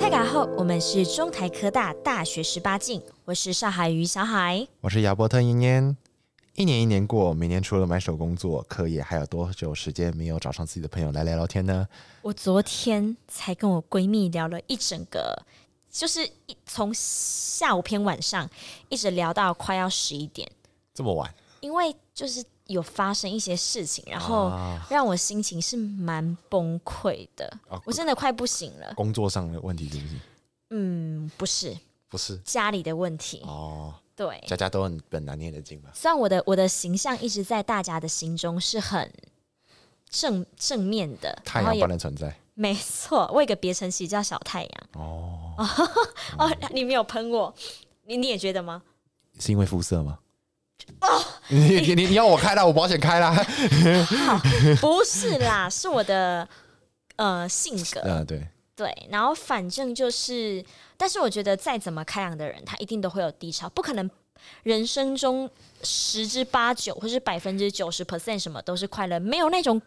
泰嘎后，我们是中台科大大学十八禁，我是邵海瑜小海。我是亚伯特嫣嫣。一年一年过，每年除了埋首工作、课业，还有多久时间没有找上自己的朋友来聊聊天呢？我昨天才跟我闺蜜聊了一整个，就是一从下午偏晚上一直聊到快要十一点，这么晚，因为就是有发生一些事情，然啊后让我心情是蛮崩溃的，哦我真的快不行了。工作上的问题是不是？嗯，不是哎不是家里的问题，哦，对。家家都很本难念的经吧？虽然我的我的形象一直在大家的心中是很正正面的，太然后阳也般的存在没错，我有个别称其实叫小太阳。哦，哦，你没有喷我，你你也觉得吗？是因为肤色吗？哦哎 你你你你要我开啦，我保险 开啦。不是啦，是我的呃性格。嗯，对，对，然后反正就是，但是我觉得再怎么开朗的人，他一定都会有低潮，不可能人生中十之八九或是百分之九十 percent 什么都是快乐，没有那种。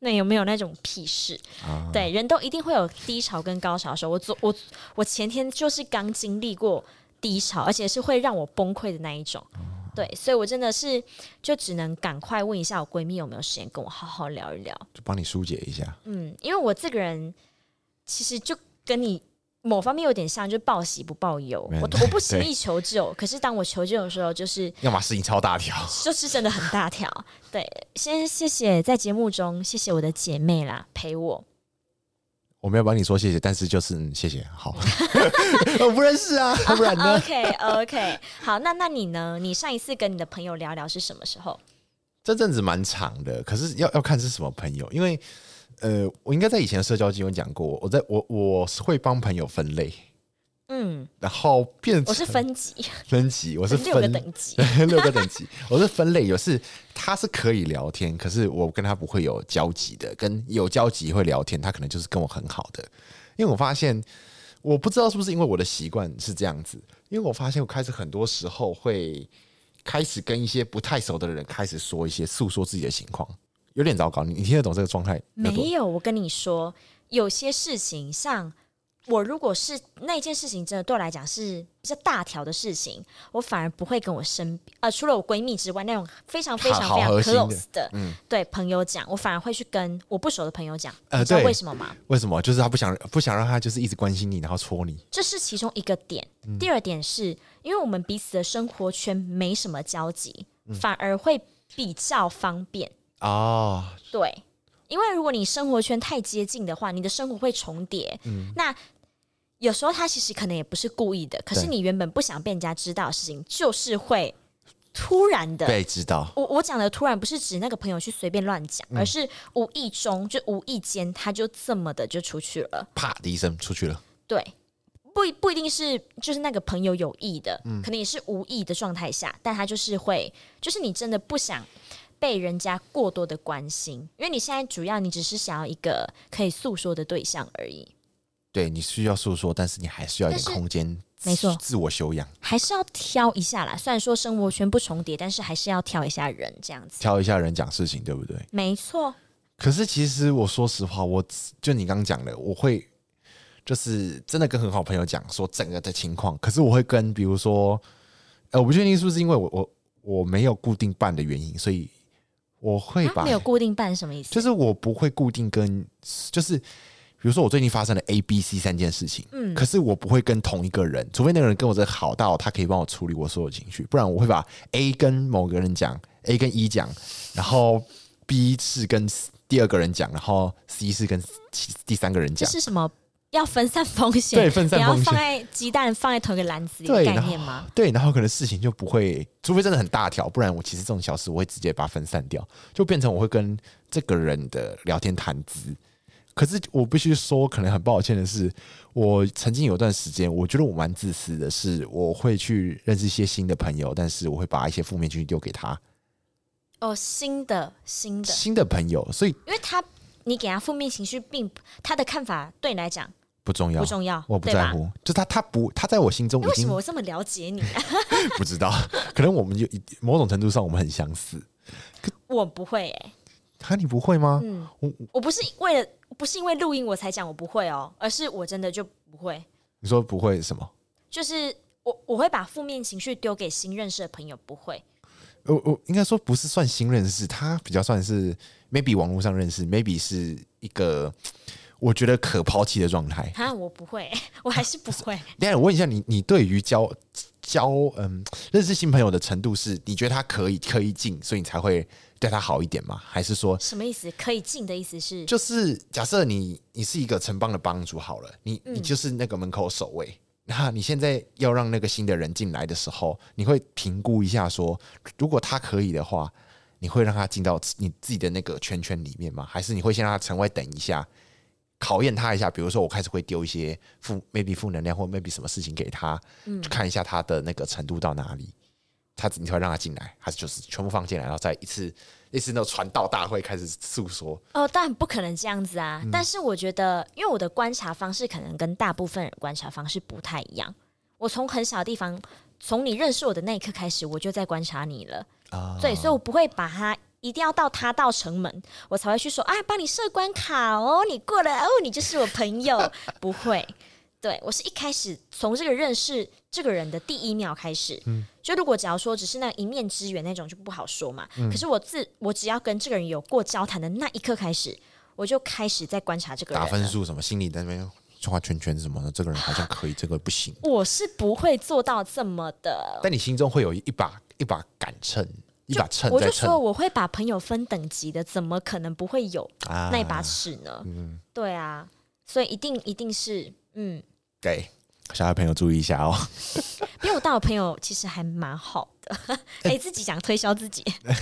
那有没有那种屁事？啊对，人都一定会有低潮跟高潮的时候。我昨我我前天就是刚经历过低潮，而且是会让我崩溃的那一种。对，所以我真的是就只能赶快问一下我闺蜜有没有时间跟我好好聊一聊。就帮你疏解一下。嗯，因为我这个人其实就跟你某方面有点像，就报喜不报忧。没我我不轻易求救，可是当我求救的时候，就是要么事情超大条，就是真的很大条。对，先谢谢在节目中谢谢我的姐妹啦，陪我。我没有帮你说谢谢，但是就是嗯谢谢， 好，我不认识啊，不然呢？ OK OK，好，那那你呢？你上一次跟你的朋友聊聊是什么时候？这阵子蛮长的，可是要要看是什么朋友，因为呃，我应该在以前的社交经有讲过，我在我我是会帮朋友分类，嗯，然后变成我是分级，分级，我是 六个分等级。 六个等级，我是分类，有是他是可以聊天，可是我跟他不会有交集的，跟有交集会聊天，他可能就是跟我很好的，因为我发现，我不知道是不是因为我的习惯是这样子，因为我发现我开始很多时候会开始跟一些不太熟的人开始说一些诉说自己的情况，有点糟糕，你你听得懂这个状态有多没有，我跟你说，有些事情像我，如果是那件事情真的对我来讲是比较大条的事情，我反而不会跟我身呃，除了我闺蜜之外，那种非常非常好非常好核心的 close 的嗯对朋友讲，我反而会去跟我不熟的朋友讲。呃你知道对为什么吗？为什么？就是他不想不想让他就是一直关心你，然后戳你，这是其中一个点。第二点是因为我们彼此的生活圈没什么交集，反而会比较方便。哦，对，因为如果你生活圈太接近的话，你的生活会重叠。那有时候他其实可能也不是故意的，可是对你原本不想被人家知道的事情，就是会突然的。被知道。我我讲的突然不是指那个朋友去随便乱讲，而是无意中就无意间他就这么的就出去了。啪的一声出去了，对，不一不一定是就是那个朋友有意的，嗯可能也是无意的状态下，但他就是会，就是你真的不想被人家过多的关心，因为你现在主要你只是想要一个可以诉说的对象而已，对你需要诉说，但是你还需要一点但是空间，没错自我修养，还是要挑一下啦。虽然说生活圈不重叠，但是还是要挑一下人这样子。挑一下人讲事情，对不对？没错，可是其实我说实话，我就你刚刚讲的，我会就是真的跟很好朋友讲说整个的情况，可是我会跟比如说，呃，我不确定是不是因为我我我没有固定办的原因，所以我会他把啊没有固定办什么意思？就是我不会固定跟，就是比如说我最近发生了 A、B、C 三件事情，嗯，可是我不会跟同一个人，除非那个人跟我真的好到他可以帮我处理我所有情绪，不然我会把 A 跟某个人讲，A 跟一、讲，然后 B 是跟 C- 第二个人讲，然后 C 是跟其第三个人这讲，是什么？要分散风险，对分散风险你要放在鸡蛋放在同一个篮子里的对，概然念后吗？对，然后可能事情就不会，除非真的很大条，不然我其实这种小事我会直接把它分散掉，就变成我会跟这个人的聊天谈资。可是我必须说，可能很抱歉的是，我曾经有段时间，我觉得我蛮自私的是，我会去认识一些新的朋友，但是我会把一些负面情绪丢给他哦，新的新的，新的朋友，所以因为他你给他负面情绪，并不他的看法对你来讲不重要，不重要，啊我不对吧在。乎，就他他不他在我心中那已为什经么我这么了解你、 啊？不知道，可能我们就某种程度上我们很相似。我不会哎、他你不会吗？嗯我我不是为了不是因为录音我才讲我不会哦，而是我真的就不会，你说不会什么？就是我我会把负面情绪丢给新认识的朋友，不会。我呃我应该说不是算新认识，他比较算是 maybe 网络上认识，maybe 是一个我觉得可抛弃的状态。啊，我不会， 我还是不会。等一下我问一下你，你对于交交嗯认识新朋友的程度是，你觉得他可以可以进，所以你才会对他好一点吗？还是说什么意思？可以进的意思是，就是假设你你是一个城邦的帮主好了，你你就是那个门口守卫。那你现在要让那个新的人进来的时候，你会评估一下说，如果他可以的话，你会让他进到你自己的那个圈圈里面吗？还是你会先让他城外等一下，考验他一下？比如说，我开始会丢一些负 maybe 负能量或 maybe 什么事情给他，去看一下他的那个程度到哪里，他你才会让他进来，还是就是全部放进来，然后再一次类似那种传道大会开始诉说？哦，当然不可能这样子嗯啊。但是我觉得，因为我的观察方式可能跟大部分人观察方式不太一样。我从很小的地方，从你认识我的那一刻开始，我就在观察你了。啊对，所以我不会把它一定要到他到城门，我才会去说，哎，帮你设关卡哦，你过了哦，你就是我朋友。不会，对我是一开始从这个认识这个人的第一秒开始，嗯就如果假如说只是那一面之缘那种就不好说嘛。嗯可是我自我只要跟这个人有过交谈的那一刻开始，我就开始在观察这个人打了。分数什么，心里在那边画圈圈什么的，这个人好像可以，这个不 行。我是不会做到这么的，但你心中会有一把一把杆秤，一把秤我在就说称我会把朋友分等级的，怎么可能不会有啊嗯那一把尺呢？对啊，所以一定一定是，嗯，给小孩朋友注意一下哦。因为我当我朋友其实还蛮好的， 哎、自己想推销自己，哎、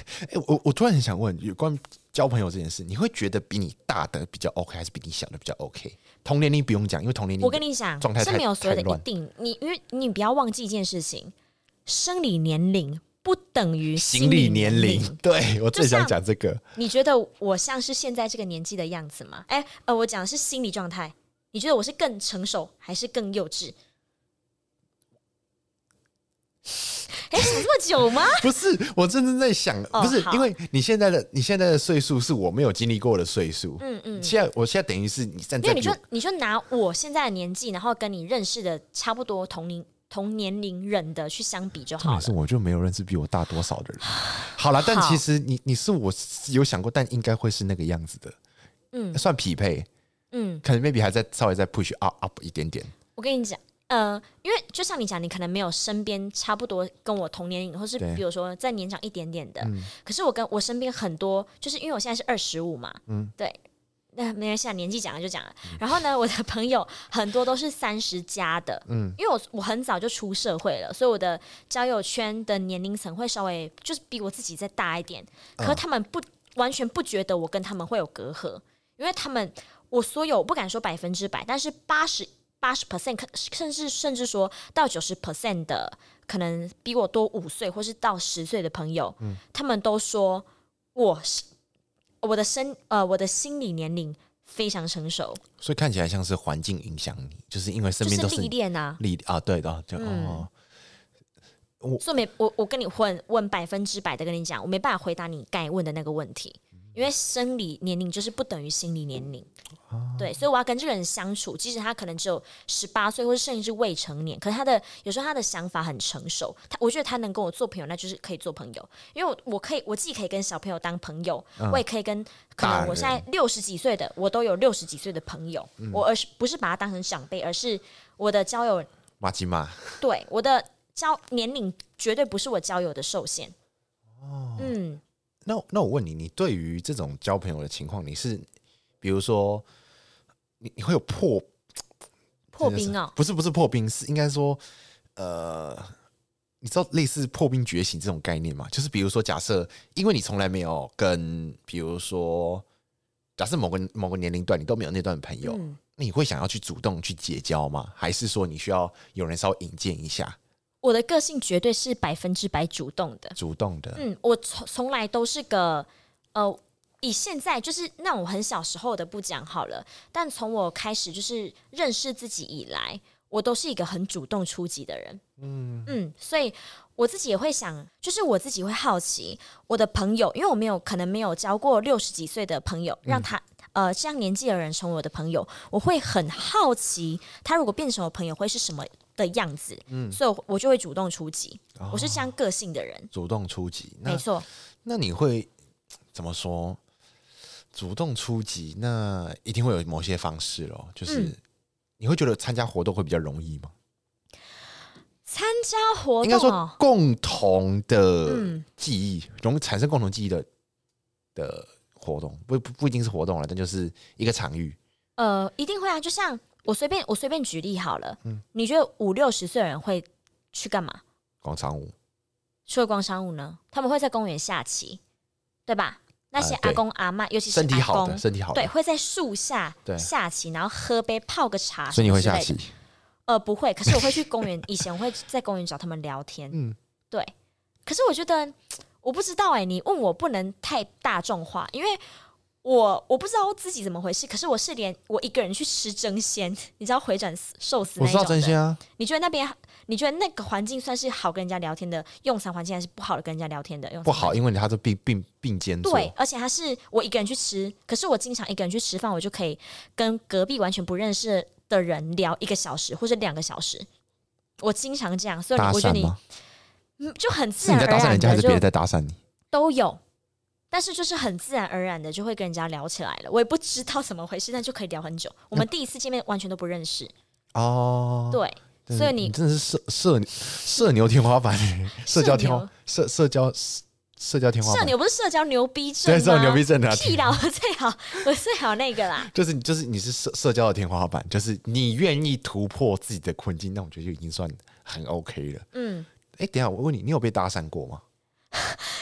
我我突然很想问，有关于交朋友这件事，你会觉得比你大的比较 OK，还是比你小的比较 OK？同年龄不用讲，因为同年龄我跟你讲状态是太没有所谓太的一乱定，你因为你不要忘记一件事情，生理年龄不等于心心理理年龄，对我最就像想讲这个。你觉得我像是现在这个年纪的样子吗？哎、呃，我讲的是心理状态。你觉得我是更成熟还是更幼稚？ 哎、想这么久 吗？不是，我真正在想，哦不是好因为你现在的你现在的岁数是我没有经历过的岁数。嗯嗯，现在我现在等于是你站因为在你比就我你就拿我现在的年纪，然后跟你认识的差不多同龄同年龄人的去相比就重好点了是。我就没有认识比我大多少 的人。好啦，但啊好其实你你是我有想过，但应该会是那个样子的，嗯算匹配，嗯，可能 maybe 还在稍微再 push up up 一点点。我跟你讲，呃，因为就像你讲，你可能没有身边差不多跟我同年龄，或是对嗯比如说再年长一点点的。可是我跟我身边很多，就是因为我现在是二十五嘛，嗯，对。那没关系啊，年纪讲了就讲了。然后呢，我的朋友很多都是三十加的，嗯，因为我我很早就出社会了，所以我的交友圈的年龄层会稍微就是比我自己再大一点。可是他们不、完全不觉得我跟他们会有隔阂，因为他们我所有不敢说百分之百，但是八十八十 percent，甚至甚至说到九十 percent 的，可能比我多五岁或是到十岁的朋友，他们都说我是我的身呃我的心理年龄非常成熟，所以看起来像是环境影响你，就是因为身就边是嗯都是历练啊。历啊，对的，哦就、哦，所以没我我跟你混问百分之百的跟你讲，我没办法回答你该问的那个问题，因为生理年龄就是不等于心理年龄。啊对，所以我要跟这个人相处，即使他可能只有十八岁，或者甚至是未成年，可是他的有时候他的想法很成熟，他我觉得他能跟我做朋友，那就是可以做朋友，因为我我可以我自己可以跟小朋友当朋友，我也可以跟可嗯大能人嗯我现在六十几岁的，我都有六十几岁的朋友，我而是不是把他当成长辈，而是我的交友马吉马，对，我的交年龄绝对不是我交友的受限。哦嗯，那那我问你，你对于这种交朋友的情况，你是比如说，你你会有破破冰哦，不是不是破冰，是应该说，呃，你知道类似破冰觉醒这种概念吗？就是比如说，假设因为你从来没有跟，比如说假设某个某个年龄段你都没有那段朋嗯友，你会想要去主动去结交吗？还是说你需要有人稍微引荐一下，我的个性绝对是百分之百主动的。主动的？嗯，我从从来都是个呃，以现在就是那我很小时候的不讲好了，但从我开始就是认识自己以来，我都是一个很主动出击的人。嗯嗯，所以我自己也会想，就是我自己会好奇我的朋友，因为我没有可能没有交过六十几岁的朋友，让他。呃，这样年纪的人成为我的朋友，我会很好奇，他如果变成我朋友会是什么的样子，嗯，哦所以我我就会主动出击，我是这样个性的人，主动出击？那没错。那你会怎么说？主动出击，那一定会有某些方式咯。就是、嗯你会觉得参加活动会比较容易吗？参加活应该动说哦，共同的嗯记忆，容易产生共同记忆的的活动，不不不一定是活动了，但就是一个场域。呃，一定会啊。就像我随便我随便举例好了，嗯你觉得五六十岁的人会去干嘛？广场舞，除了逛商务呢？他们会在公园下棋，对吧？那些啊对阿公阿妈，尤其是身体阿好的，公，身体好对，的，会在树下对下棋，然后喝杯泡个茶。所以你会下？棋。呃，不会。可是我会去公园，以前我会在公园找他们聊天。嗯嗯，对。可是我觉得，我不知道哎、你问我不能太大众化，因为我我不知道自己怎么回事。可是我是连我一个人去吃蒸鲜， 你知道回转寿司那我知种的道真心啊，你觉得那边，你觉得那个环境算是好跟人家聊天的用餐环境，还是不好的跟人家聊天的用餐不好，环境？因为他都并并并肩做，对，而且还是我一个人去吃，可是我经常一个人去吃饭，我就可以跟隔壁完全不认识的人聊一个小时或者两个小时。我经常这样，所以搭我觉得讪你吗？嗯就很自是你然在而搭讪然人家，还的是别人就在搭讪你？都有，但是就是很自然而然的就会跟人家聊起来了。我也不知道怎么回事，但就可以聊很久。我们第一次见面完全都不认识，哦，对，真的，所以你真的是社社社牛天花板欸，社交天花社牛社社交社社交天花社板，牛不是社交牛逼症对，吗？社牛逼症的啊，屁啦！我最好，我最好那个啦。就是就是你是社社交的天花板，就是你愿意突破自己的困境，那我觉得就已经算很 OK 了。嗯，哎，等一下我问你，你有被搭讪过吗？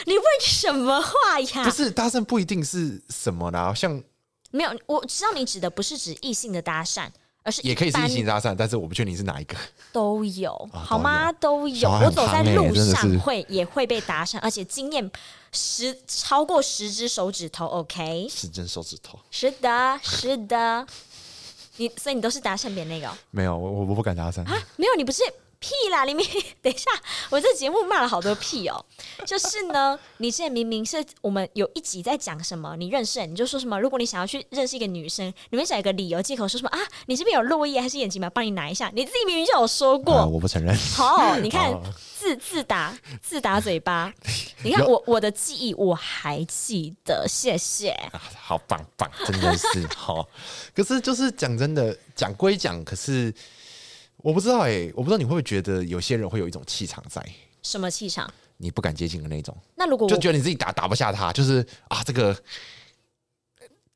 你问什么话不呀？是搭讪不一定是什么啦，像没有，我知道你指的不是指异性的搭讪，而是也可以是一般异性搭讪，但是我不确定你是哪一个。都有，好吗？都有。小孩很我走在路夯欸真的是上会也会被搭讪，而且经验十超过十只手指头。OK，时针手指头是的，是的。你所以你都是搭讪别人那个哦、没有，我我我不敢搭讪。啊没有，你不是屁啦！你明 等一下，我这节目骂了好多屁哦。就是呢，你之前明明是我们有一集在讲什么，你认识人你就说什么。如果你想要去认识一个女生，你会找一个理由借口说什么啊？你这边有落叶还是眼睛吗？帮你拿一下。你自己明明就有说过。啊我不承认。好，你看好自自打自打嘴 巴。你看有我我的记忆我还记得，谢谢。 啊，好棒棒，真的是好。可是就是讲真的，讲归讲，可是我不知道哎、我不知道你会不会觉得有些人会有一种气场在，什么气场？你不敢接近的那种，那如果就我觉得你自己打打不下他，就是啊这个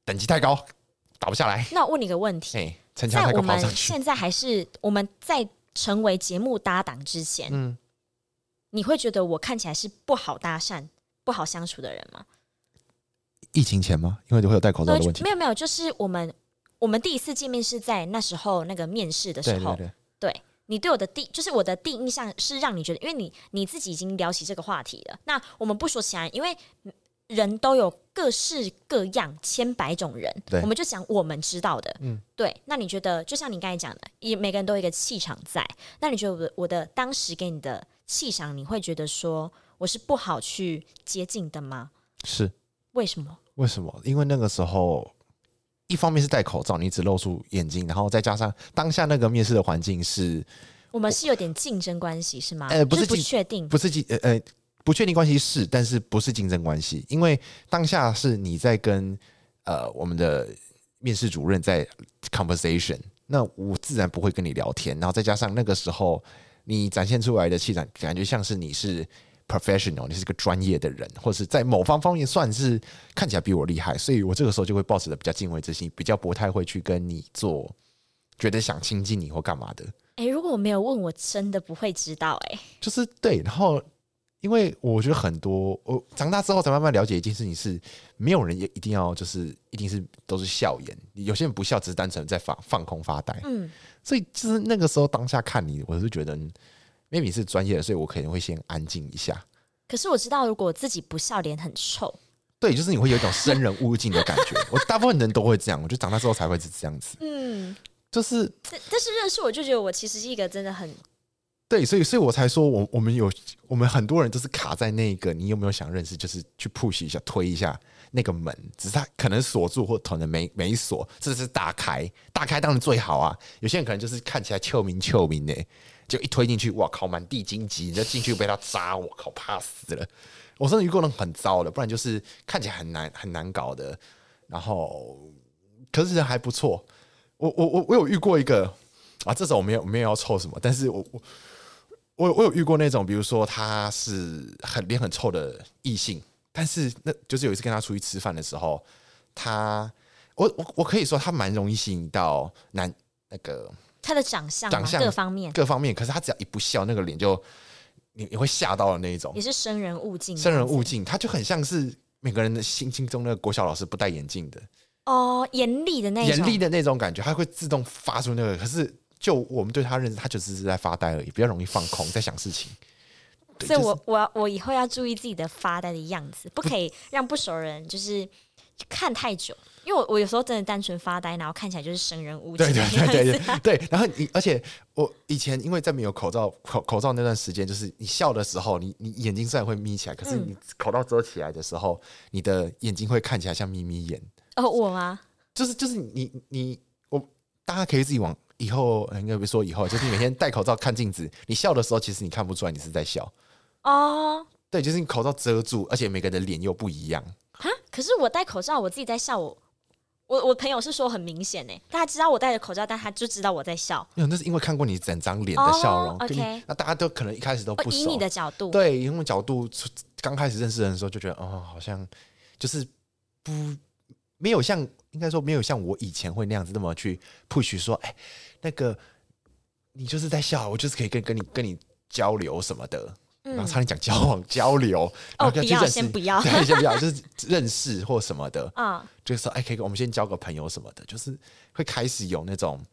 等级太高，打不下来，那我问你个问题，哎、城墙在太高我爬们不上去。现在还是我们在成为节目搭档之前，嗯你会觉得我看起来是不好搭讪、不好相处的人吗？疫情前吗？因为会有戴口罩呃的问题没。有没有，就是我们我们第一次见面是在那时候那个面试的时对候，对对，对你对我的第就是我的第一印象是让你觉得，因为你你自己已经聊起这个话题了。那我们不说其他人，因为人都有各式各样千百种人对，我们就讲我们知道的。嗯嗯，对。那你觉得，就像你刚才讲的，也每个人都有一个气场在。那你觉得我的我的当时给你的气场，你会觉得说我是不好去接近的吗？是为什么？为什么？因为那个时候，一方面是戴口罩，你只露出眼睛，然后再加上当下那个面试的环境是我们是有点竞争关系是吗？呃不就是不竞确定。不是竞呃呃不确定关系是，但是不是竞争关系，因为当下是你在跟呃我们的面试主任在 conversation，那我自然不会跟你聊天，然后再加上那个时候你展现出来的气场，感觉像是你是 professional，你是个专业的人，或是在某方方面算是看起来比我厉害，所以我这个时候就会抱持着比较敬畏之心，比较不太会去跟你做。觉得想亲近你或干嘛的，哎、如果我没有问，我真的不会知道、诶。哎，就是对，然后因为我觉得很多，我长大之后才慢慢了解一件事情是，没有人也一定要就是一定是都是笑颜，有些人不笑只是单纯在放放空发呆。嗯，所以就是那个时候当下看你，我是觉得嗯 maybe 你是专业的，所以我可能会先安静一下。可是我知道，如果我自己不笑，脸很臭。对，就是你会有一种生人勿近的感觉。我大部分人都会这样，我觉得长大之后才会是这样子。嗯，就是但但是认识我就觉得我其实是一个真的很对，所以所以我才说我我们有我们很多人都是卡在那一个，你有没有想认识？就是去 push 一下，推一下那个门，只是他可能锁住或可能没没锁，这是打开，打开当然最好啊。有些人可能就是看起来臭名臭名的，就一推进去，哇靠，满地荆棘，你就进去被他扎，我靠，怕死了。我真的遇过那种很糟的，不然就是看起来很难很难搞的，然后可是人还不错。我我我我有遇过一个啊，这种我没有没有要凑什么，但是我我我有我有遇过那种，比如说他是很脸很臭的异性，但是那就是有一次跟他出去吃饭的时候，他我我我可以说他蛮容易吸引到男那个他的长相嘛长相各方面各方面，可是他只要一不笑，那个脸就你你会吓到的那一种也，是生人勿近，生人勿近，他就很像是每个人的心心中那个国小老师不戴眼镜的，哦，严厉的那一种严厉的那种感觉，它会自动发出那个。可是就我们对他认识，他就只是在发呆而已，比较容易放空，在想事情。对所以就是我，我要我以后要注意自己的发呆的样子，不可以让不熟人就是看太久，因为我我有时候真的单纯发呆，然后看起来就是生人勿近的对对样子。对对对对。然后你，而且我以前因为在没有口罩口口罩那段时间，就是你笑的时候，你你眼睛虽然会眯起来，可是嗯你口罩遮起来的时候，你的眼睛会看起来像眯眯眼。哦，我吗？就是就是你你我，大家可以自己往以后呃应该别说以后，就是你每天戴口罩看镜子，你笑的时候，其实你看不出来你是在笑。哦对，就是你口罩遮住，而且每个人的脸又不一样。啊！可是我戴口罩，我自己在笑我。我我朋友是说很明显呢，大家知道我戴着口罩，但他就知道我在笑。没有，那是因为看过你整张脸的笑容，哦对你 OK 那大家都可能一开始都哦，不以熟。你的角度，对，因为角度出刚开始认识人的时候就觉得，哦，好像就是不没有像应该说没有像我以前会那样子那么去 push 说，哎，那个你就是在笑，我就是可以跟跟你跟你交流什么的。然后差点讲交往交流，然后嗯哦不跟去要认识先不要 对先不要，就是认识或什么的，啊、就是说，哎，可以跟我们先交个朋友什么的，就是会开始有那种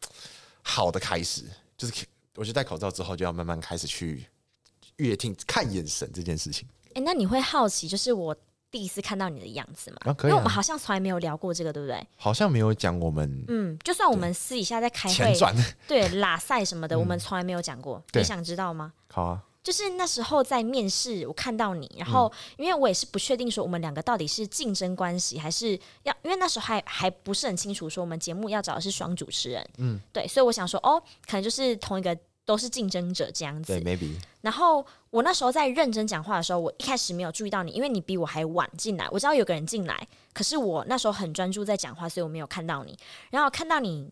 好的开始，就是可我觉得戴口罩之后就要慢慢开始去阅听、看眼神这件事情。哎、那你会好奇，就是我第一次看到你的样子吗？啊可以啊因为我们好像从来没有聊过这个，对不对？好像没有讲我们嗯，就算我们私底下在开前会，传，嗯对拉塞什么的，我们从来没有讲过。对你想知道吗？ 好啊，就是那时候在面试，我看到你，然后嗯因为我也是不确定说我们两个到底是竞争关系，还是要，因为那时候还还不是很清楚说我们节目要找的是双主持人，嗯，对，所以我想说哦，可能就是同一个都是竞争者这样子对，，maybe 然后我那时候在认真讲话的时候，我一开始没有注意到你，因为你比我还晚进来。我知道有个人进来，可是我那时候很专注在讲话，所以我没有看到你。然后看到你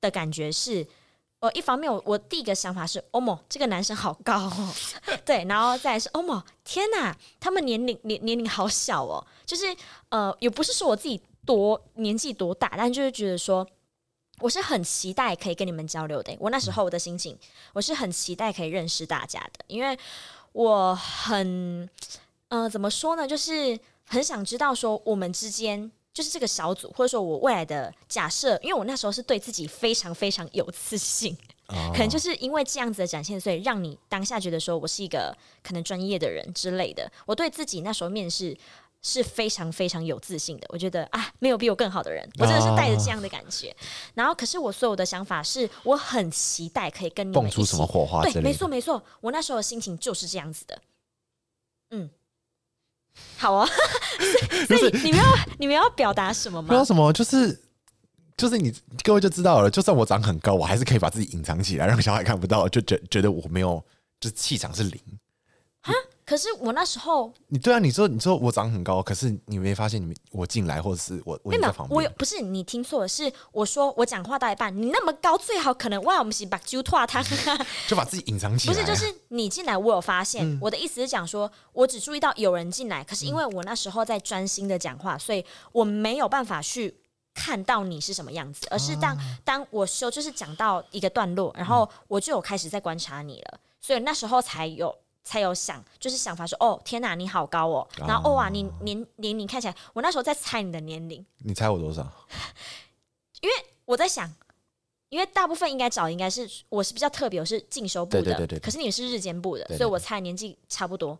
的感觉是，呃，一方面我我第一个想法是，欧某这个男生好高哦，对，然后再来是欧某，天哪，他们年龄年年龄好小哦，就是呃，也不是说我自己多年纪多大，但就是觉得说。我是很期待可以跟你们交流的。我那时候的心情，我是很期待可以认识大家的，因为我很，呃，怎么说呢，就是很想知道说我们之间。就是这个小组，或者说我未来的假设，因为我那时候是对自己非常非常有自信，啊可能就是因为这样子的展现，所以让你当下觉得说我是一个可能专业的人之类的。我对自己那时候面试是非常非常有自信的，我觉得啊，没有比我更好的人，我真的是带着这样的感觉。哦然后，可是我所有的想法是我很期待可以跟你们蹦一出什起么火花之对，没类错的。没错，我那时候的心情就是这样子的。嗯，好啊， 所以所以你你们要你们要表达什么不知道吗？什么，就是就是你各位就知道了。就算我长很高，我还是可以把自己隐藏起来，让小孩看不到，就觉觉得我没有，就是气场是零。可是我那时候你对啊，你说你说我长很高，可是你没发现你我进来，或者是我我没有没已经在有旁，边我有不是你听错了，是我说我讲话到一半，你那么高，最好可能哇，我们是把揪拓汤，就把自己隐藏起不来、啊嗯是就是你进来，我有发现。我的意思是讲说，我只注意到有人进来，可是因为我那时候在专心的讲话，所以我没有办法去。看到你是什么样子，而是当、啊当我修嗯就是讲到一个段落，然后我就有开始在观察你了，所以那时候才有才有想，就是想法说，哦，天哪，你好高哦，然后哦啊，你年年龄看起来，我那时候在猜你的年龄，你猜我多少？我在想，因为大部分应该找应该是我是比较特别，我是进修部的，对对对对对可是你是日间部的，对对所以我猜年纪差不多。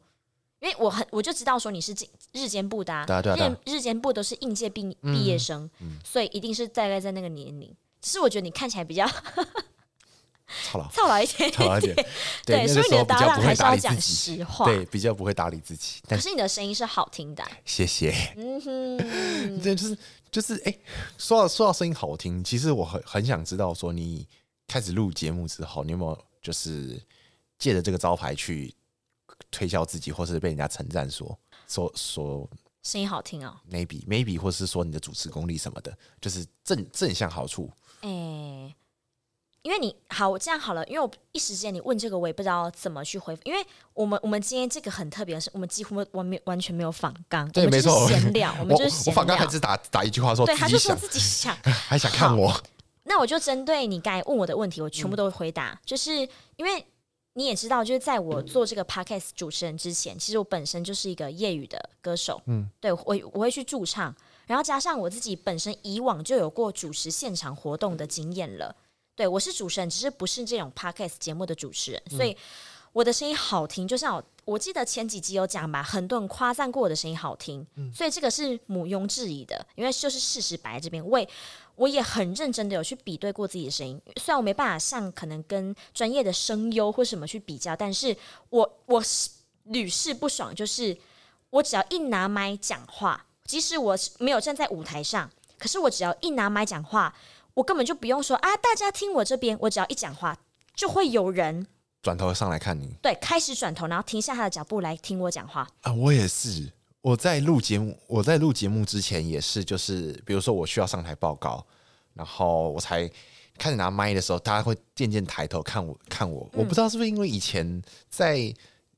因为我很我就知道说你是进日间部的、啊，对啊对啊对嗯啊日日间部都是应届毕毕业生，所以一定是大概在那个年龄。只是我觉得你看起来比较 操劳，操劳一 点，操劳一点。对，那所个以时你候的比搭较档不还会是打要理讲自己实，话。对，比较不会打理自己。可 但是你的声音是好听的啊、谢谢。嗯 哼，对，就是就是，哎、说到说到声音好听，其实我很很想知道，说你开始录节目之后，你有没有就是借着这个招牌去推销自己，或是被人家称赞说说说声音好听哦。 maybe maybe，或是说你的主持功力什么的，就是正正向好处。哎、因为你好，我这样好了，因为我一时间你问这个，我也不知道怎么去回复。因为我们我们今天这个很特别，是我们几乎完没完全没有仿纲，我对，们没就是错，闲聊，我我们就是我闲反刚聊还。是打打一句话说对，他自就己说想，自己想。还想看我，那我就针对你刚才问我的问题，我全部都会回答，就是因为你也知道，就是在我做这个 podcast 主持人之前，其实我本身就是一个业余的歌手，嗯，对我我会去驻唱，然后加上我自己本身以往就有过主持现场活动的经验了，对我是主持人，只是不是这种 podcast 节目的主持人，所以我的声音好听，就像我。我记得前几集有讲吧，很多人夸赞过我的声音好听，所以这个是毋庸置疑的，因为就是事实摆在这边。我也我也很认真的有去比对过自己的声音，虽然我没办法像可能跟专业的声优或什么去比较，但是我我是屡试不爽，就是我只要一拿麦讲话，即使我是没有站在舞台上，可是我只要一拿麦讲话，我根本就不用说啊，大家听我这边，我只要一讲话，就会有人转头上来看你对开始转头，然后停下他的脚步来听我讲话。啊！我也是，我在录节目，我在录节目之前也是，就是比如说我需要上台报告，然后我才开始拿麦的时候，大家会渐渐抬头看我，看我。我不知道是不是因为以前在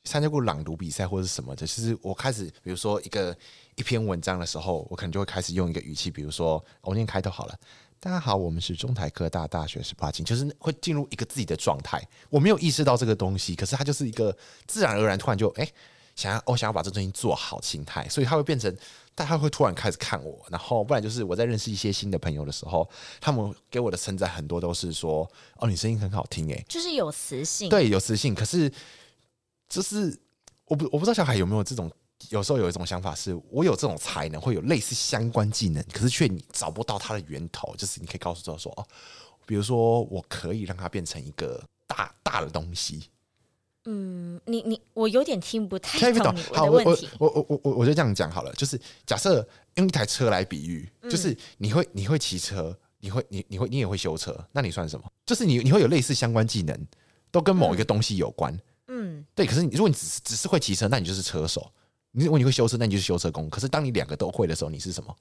参加过朗读比赛或者什么的，就是我开始，比如说一个一篇文章的时候，我可能就会开始用一个语气，比如说哦我念开头好了。大家好，我们是中台科大大学十八禁，就是会进入一个自己的状态。我没有意识到这个东西，可是它就是一个自然而然，突然就哎、想要我、想要把这东西做好心态，所以它会变成大家会突然开始看我，然后不然就是我在认识一些新的朋友的时候，他们给我的称赞很多都是说哦，你声音很好听诶、就是有磁性，对，有磁性。可是就是我不我不知道小海有没有这种，有时候有一种想法是，我有这种才能，会有类似相关技能，可是却你找不到它的源头。就是你可以告诉自己说，哦，比如说我可以让它变成一个大大的东西，嗯，你你我有点听不太听不懂懂哎你。好，的我问我题。我我我我我就这样讲好了，就是假设用一台车来比喻，嗯就是你会你会骑车，你会你你会你也会修车，那你算什么？就是你你会有类似相关技能，都跟某一个东西有关。嗯，对，可是你如果你只是只是会骑车，那你就是车手；你如果你会修车，那你就是修车工。可是当你两个都会的时候，你是什么？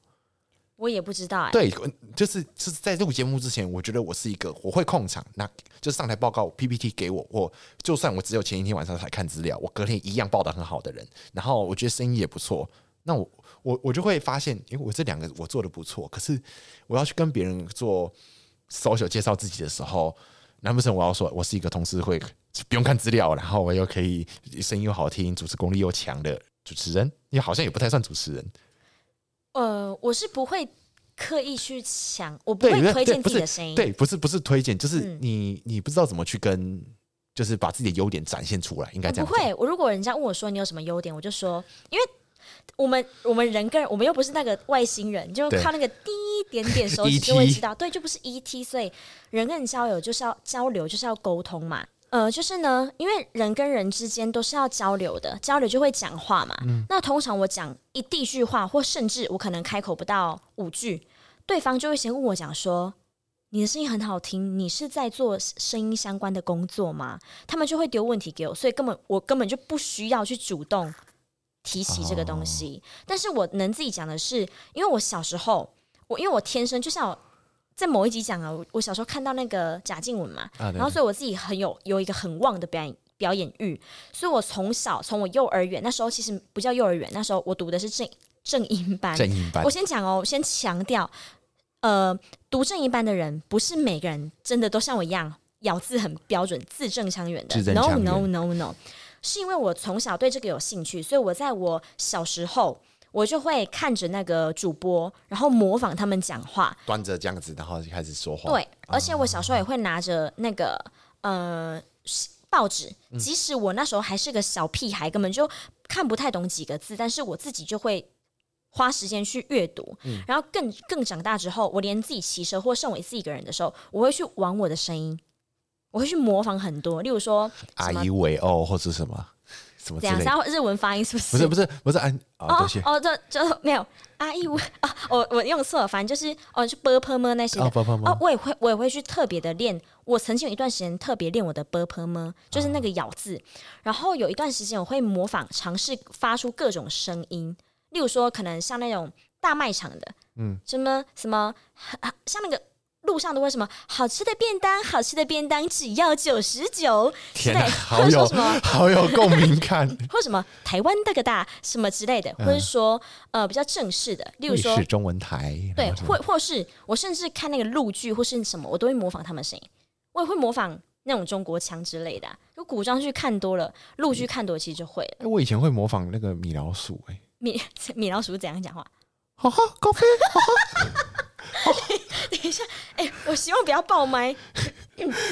我也不知道哎、对，就是就是在录节目之前，我觉得我是一个我会控场，那就是上台报告 PPT 给我，我就算我只有前一天晚上才看资料，我隔天一样报的很好的人。然后我觉得声音也不错，那我我我就会发现，因为我这两个我做的不错，可是我要去跟别人做 social 介绍自己的时候，难不成我要说我是一个同事会不用看资料，然后我又可以声音又好听，主持功力又强的主持人？也好像也不太算主持人。呃，我是不会刻意去抢，我不对，会对推对荐不自己是的声音。对，不是不是推荐，就是嗯你、你不知道怎么去跟，就是把自己的优点展现出来，应该我这样哦不讲。会，我如果人家问我说你有什么优点，我就说，因为我们我们人跟人我们又不是那个外星人，就对靠那个滴一点点 手指 ET 就会知道，对，就不是 ET，所以人跟人交友就是要交流，就是要沟通嘛。呃，就是呢，因为人跟人之间都是要交流的，交流就会讲话嘛。嗯那通常我讲一第一句话，或甚至我可能开口不到五句，对方就会先问我讲说：“你的声音很好听，你是在做声音相关的工作吗？”他们就会丢问题给我，所以根本我根本就不需要去主动提起这个东西。哦但是我能自己讲的是，因为我小时候，我因为我天生就像我在某一集讲啊，我我小时候看到那个贾静雯嘛，啊对然后所以我自己很有有一个很旺的表演。表演欲，所以我从小从我幼儿园那时候其实不叫幼儿园，那时候我读的是正正音班，正音班我，先讲哦，我先强调，呃，读正音班的人不是每个人真的都像我一样咬字很标准、字正腔圆的。字正 no 腔圆 no no no，是因为我从小对这个有兴趣，所以我在我小时候。我就会看着那个主播，然后模仿他们讲话。端着这样子，然后就开始说话。对，，而且我小时候也会拿着那个呃是报纸，嗯即使我那时候还是个小屁孩，根本就看不太懂几个字，但是我自己就会。花时间去阅读，嗯然后更更长大之后，我连自己骑车或剩我自己一个人的时候，我会去玩我的声音，我会去模仿很多，例如说阿什么姨维欧哦或是什么什哦么之怎样，类是的。要日文发音是不是？不是不是不是，安啊，哦对不起，哦，这这没有阿姨我啊，我我用错了，反正就是哦，就 b p m 那些的哦，b p m 哦，我也会我也会去特别的练，我曾经有一段时间特别练我的 b p m，就是那个咬字，然后有一段时间我会模仿尝试发出各种声音，例如说可能像那种大卖场的，嗯，什么什么啊像那个。路上都会什么好吃的便当，好吃的便当只要九十九，之天类哪，或好者说有什么好有共鸣感。或什么台湾大哥大什么之类的，嗯或者说呃比较正式的，例如卫说视中文台，对，然后什或么或是我甚至看那个陆剧或是什么，我都会模仿他们的声音，我也会模仿那种中国腔之类的啊、就古装剧看多了，陆剧看多了，其实就会了。哎，我以前会模仿那个米老鼠，哎，米 米老鼠是怎样讲话？ 哈哈，高飞，等一下，哎、我希望不要爆麦。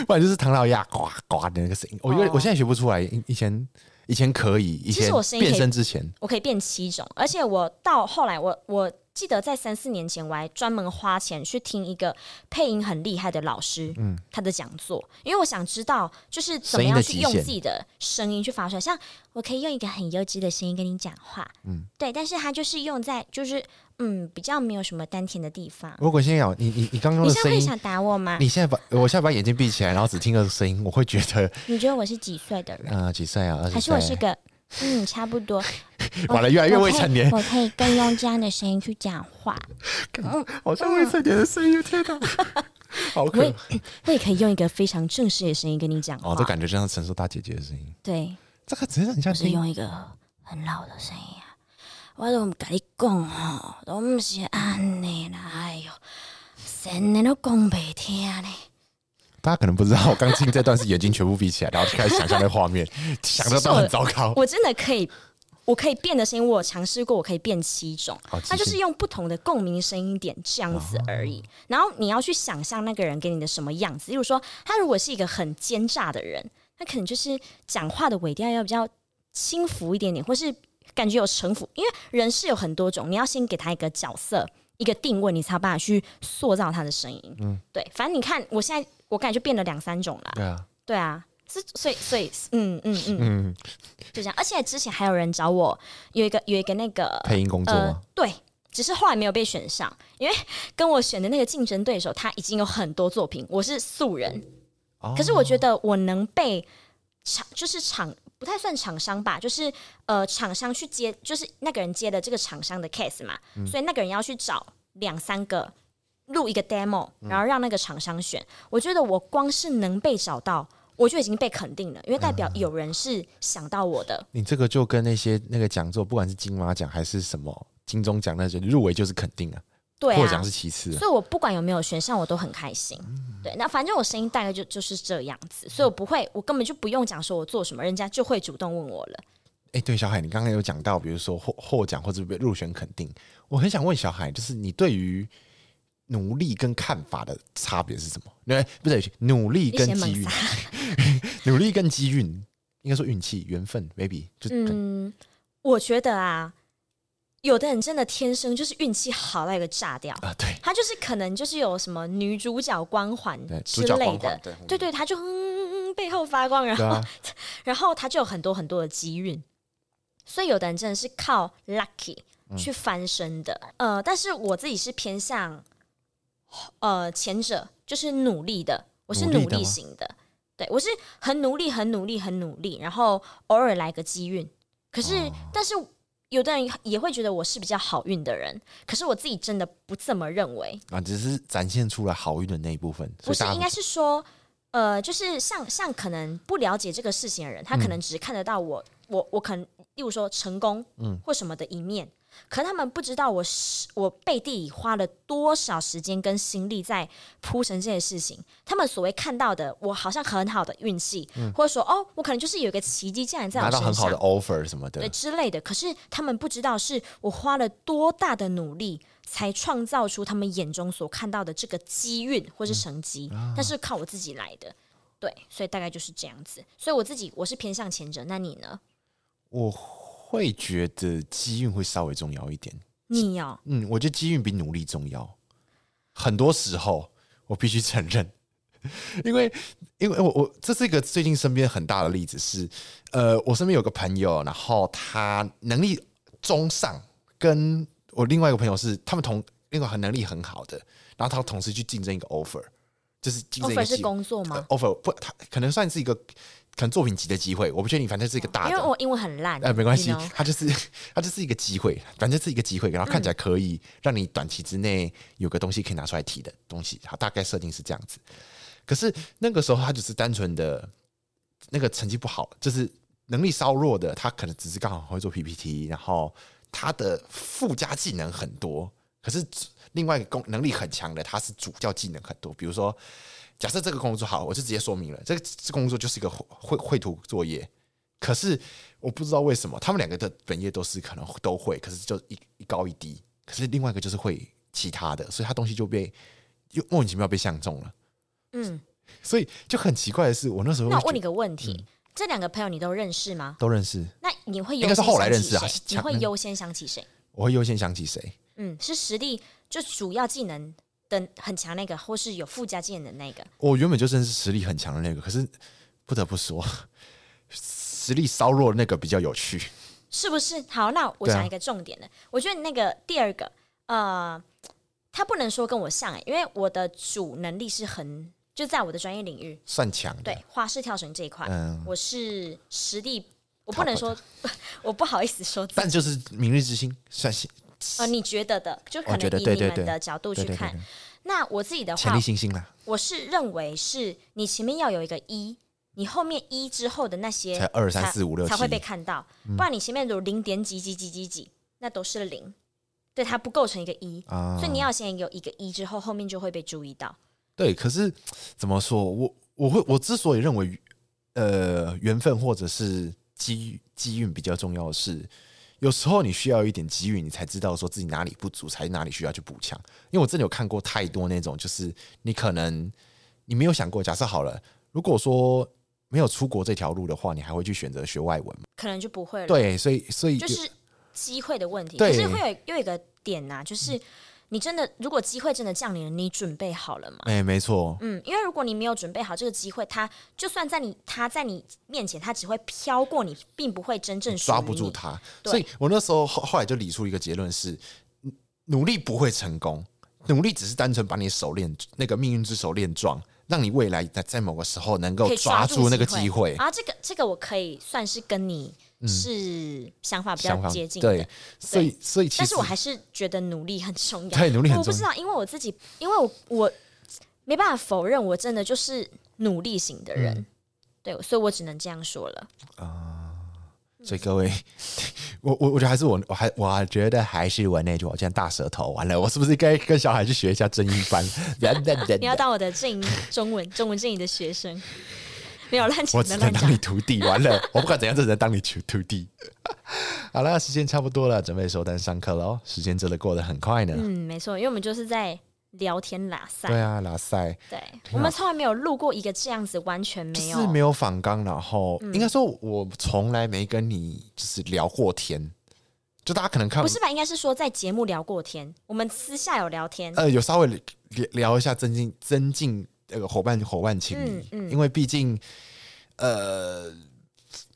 不然就是唐老鸭呱呱的那个声音。我因为哦我现在学不出来，以以前以前可以，以其实前我声音可以变身之前，我可以变七种，而且我到后来我，我记得在三四年前，我还专门花钱去听一个配音很厉害的老师，嗯，他的讲座，因为我想知道就是怎么样去用声音的极限自己的声音去发出来。像我可以用一个很优质的声音跟你讲话，嗯，对，但是它就是用在就是嗯比较没有什么丹田的地方。如果现在有你你你刚刚你的现在声会音，想打我吗？你现在把我现在把眼睛闭起来，然后只听个声音，我会觉得你觉得我是几岁的 人？啊几岁啊，二还十是我是岁，个嗯差不多？ 完了越来越未成年， 我可以我可以更用这样的声音去讲话。好像未成年的声音，天 哪，好我可也 我也可以用一个非常正式的声音跟你讲话，哦，这感觉就像成熟大姐姐的声音，对，这个只是很像是听用一个很老的声音啊。我都甲你讲吼，都毋是安尼啦，哎哟，神的都讲袂听呢。大家可能不知道，我刚听这段是眼睛全部闭起来，然后就开始想象那画 面，想得到很糟糕。我真的可以，我可以变的声音，我有尝试过，我可以变七种好即，兴它就是用不同的共鸣声音点这样子而已。然后你要去想象那个人给你的什么样子，例如说，他如果是一个很奸诈的人，他可能就是讲话的尾调要比较轻浮一点点，或是感觉有城府，因为人是有很多种，你要先给他一个角色。一个定位，你才有办法去塑造他的声音。嗯，对，反正你看，我现在我感觉变了两三种了。对啊，对啊，是，所以，所以，嗯嗯嗯，嗯，就这样。而且之前还有人找我有一个有一个那个配音工作呃吗？，对，只是后来没有被选上，因为跟我选的那个竞争对手他已经有很多作品，我是素人，哦可是我觉得我能被厂就是厂不太算厂商吧，就是呃厂商去接，就是那个人接的这个厂商的 case 嘛，嗯所以那个人要去找两三个录一个 demo，然嗯后让那个厂商选。我觉得我光是能被找到。我就已经被肯定了，因为代嗯表有人是想到我的，你这个就跟那些那个讲座，不管是金马奖还是什么金钟奖那些入围就是肯定啊，对获啊奖，是其次啊。所以我不管有没有选上，我都很开心。嗯对，那反正我声音大概就就是这样子，所以我不会，我根本就不用讲说我做什么，人家就会主动问我了。哎、对，小海，你刚刚有讲到，比如说获获奖或者被入选肯定，我很想问小海，就是你对于努力跟看法的差别是什么？对，不是努力一跟些机猛遇 杀，努力跟机运，应该说运气、缘分，maybe 就可能嗯，我觉得啊，有的人真的天生就是运气好到一个炸掉，啊，对，他就是可能就是有什么女主角光环对之主角类光的环对，对对，他就嗯背后发光，然对后、啊然后他就有很多很多的机运，所以有的人真的是靠 lucky 嗯去翻身的，呃，但是我自己是偏向呃前者，就是努力的，我是努力努的力吗型的，对我是很努力、很努力、很努力，然后偶尔来个机运，可是、哦但是。有的人也会觉得我是比较好运的人，可是我自己真的不这么认为。啊，只是展现出了好运的那一部分，所不以是大，家应该是说，呃，就是像像可能不了解这个嗯事情的人，他可能只看得到我、我我可能，例如说成功，嗯，或什么的一面，可他们不知道我是我背地里花了多少时间跟心力在铺陈这些事情。他们所谓看到的，我好像很好的运气，或者说哦，我可能就是有一个奇迹竟然在我嗯拿到身很好的上， offer 什么的对，之类的。可是他们不知道是我花了多大的努力。才创造出他们眼中所看到的这个机运或是嗯成绩，啊但是靠我自己来的，对，所以大概就是这样子。所以我自己我是偏向前者，那你呢？我会觉得机运会稍微重要一点。你哦，嗯，我觉得机运比努力重要。很多时候，我必须承认， 因为因为我我这是一个最近身边很大的例子是，呃，我身边有个朋友，然后他能力中上，跟我另外一个朋友是他们同另外很能力很好的，然后他同时去竞争一个 offer，就是竞争一个 offer 是机工作吗呃 offer 不，他可能算是一个可能作品集的机会，我不确定，反正是一个呃大的。因为我英文很烂，哎，没关系 you know，它就是它就是一个机会，反正是一个机会，然后看嗯起来可以让你短期之内有个东西可以拿出来提的东西，好，大概设定是这样子。可是那个时候他只是单纯的那个成绩不好，就是能力稍弱的，他可能只是刚好会做 PPT，然后他的附加技能很多，可是另外一个工能力很强的，他是主教技能很多，比如说。假设这个工作好，我就直接说明了，这个这工作就是一个绘绘绘图作业，可是我不知道为什么，他们两个的本业都是可能都会，可是就一一高一低。可是另外一个就是会其他的，所以他东西就被又莫名其妙被相中了。嗯，所以就很奇怪的是，我那时候那我会问你觉得个问题，这两个朋友你都认识吗？都认识，那你会应优该先是后来认识啊想起谁你强会嗯优先想起谁？我会优先想起谁？嗯，是实力就主要技能的很强那个，或是有附加技能的那个。我原本就认识实力很强的那个，可是不得不说，实力稍弱的那个比较有趣。是不是？好，那我对啊讲一个重点的，我觉得那个第二个，呃，他不能说跟我像、欸，因为我的主能力是很就在我的专业领域，算强的，对花式跳绳这一块，嗯，我是实力，我 Top 不能的说， 我不好意思说自己但就是明日之星算是呃，你觉得的，就可我觉得能以对你对们对的角度对去对对看对。那我自己的潜话力，新星啦，我是认为是你前面要有一个一，你后面一之后的那些才二三才四五六才会被七，嗯看到，不然你前面有零点几几几几几，那都是零，对，它不构成一个一，啊所以你要先有一个一之后，后面就会被注意到。对，可是怎么说？我我会我之所以认为，呃，缘分或者是机机运比较重要的是，有时候你需要一点机遇，你才知道说自己哪里不足，才哪里需要去补强。因为我真的有看过太多那种，就是你可能你没有想过，假设好了，如果说没有出国这条路的话，你还会去选择学外文吗？可能就不会了。对，所以所以就有是机会的问题。对可是会有又有一个点呐、就是你真的如果机会真的降临了，你准备好了吗？哎、没错，嗯，因为如果你没有准备好这个机会，它就算在你它在你面前，它只会飘过你，并不会真正属抓于不住你。他。对所以我那时候后后来就理出一个结论是：努努力不会成功，努力只是单纯把你手链那个命运之手链撞，让你未来在在某个时候能够可以哦抓住住那个机机会。嗯啊，这个这个我可以算是跟你是想法比较想法接近的，对，所以所以其实，但是我还是觉得努力很重要。 对努力很我不重知道，因为我自己，因为我我没办法否认，我真的就是努力型的嗯人，对，所以我只能这样说了。所以各位，我我我觉得还是我我还我觉得还是我那句我现在大舌头，完了，我是不是该跟小孩去学一下正音班？ 你嗯要当我的正音中文中文正音的学生， 没有乱我讲只的能乱当讲你。徒弟，完了，我不管怎样，只能当你徒徒弟。 好了，时间差不多了，准备收单上课喽。时间真的过得很快呢。嗯，没错，因为我们就是在聊天拉塞，对啊，拉塞对我们从来没有录过一个这样子，完全就没有，嗯是没有仿纲，然后、应该说，我从来没跟你就是聊过天。就大家可能看不是吧？应该是说在节目聊过天，我们私下有聊天，呃，有稍微聊聊一下增进增进那个伙伴伙伴情谊，嗯嗯因为毕竟呃，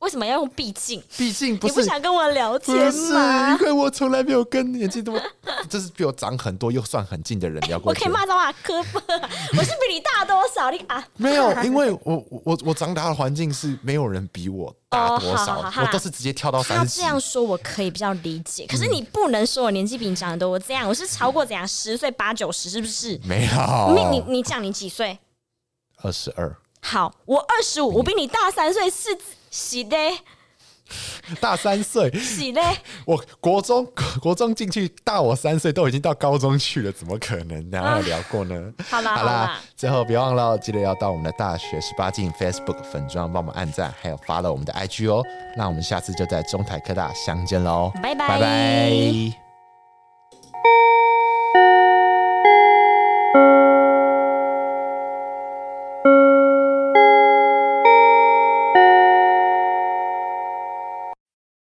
为什么要用毕竟？毕竟不你是不想跟我聊不天是吗因？为我从来没有跟年纪这么 就是比我长很多又算很近的人聊过我可以天。骂脏话，科夫， 我是比你大多少？你啊， 没有，因为我我我长大的环境是没有人比我大哦多好少，好好好我都是直接跳到他三十这。样说我可以比较理解，可是你不能说我年纪比你长得多。我这样，我是超过怎样十岁八九十，是不是？没你你有，你讲你几岁？二十二，好，我二十五，我比你大三岁，是喜的。大三岁。喜嘞，我国中国中进去大我三岁，都已经到高中去了，怎么可能呢？还有聊过呢？ 好啦好好啦啦，最后别忘了哦，记得要到我们的大学十八禁 Facebook 粉砖帮我们按赞，还有 follow 我们的 IG 哦。那我们下次就在中台科大相见喽，拜拜拜拜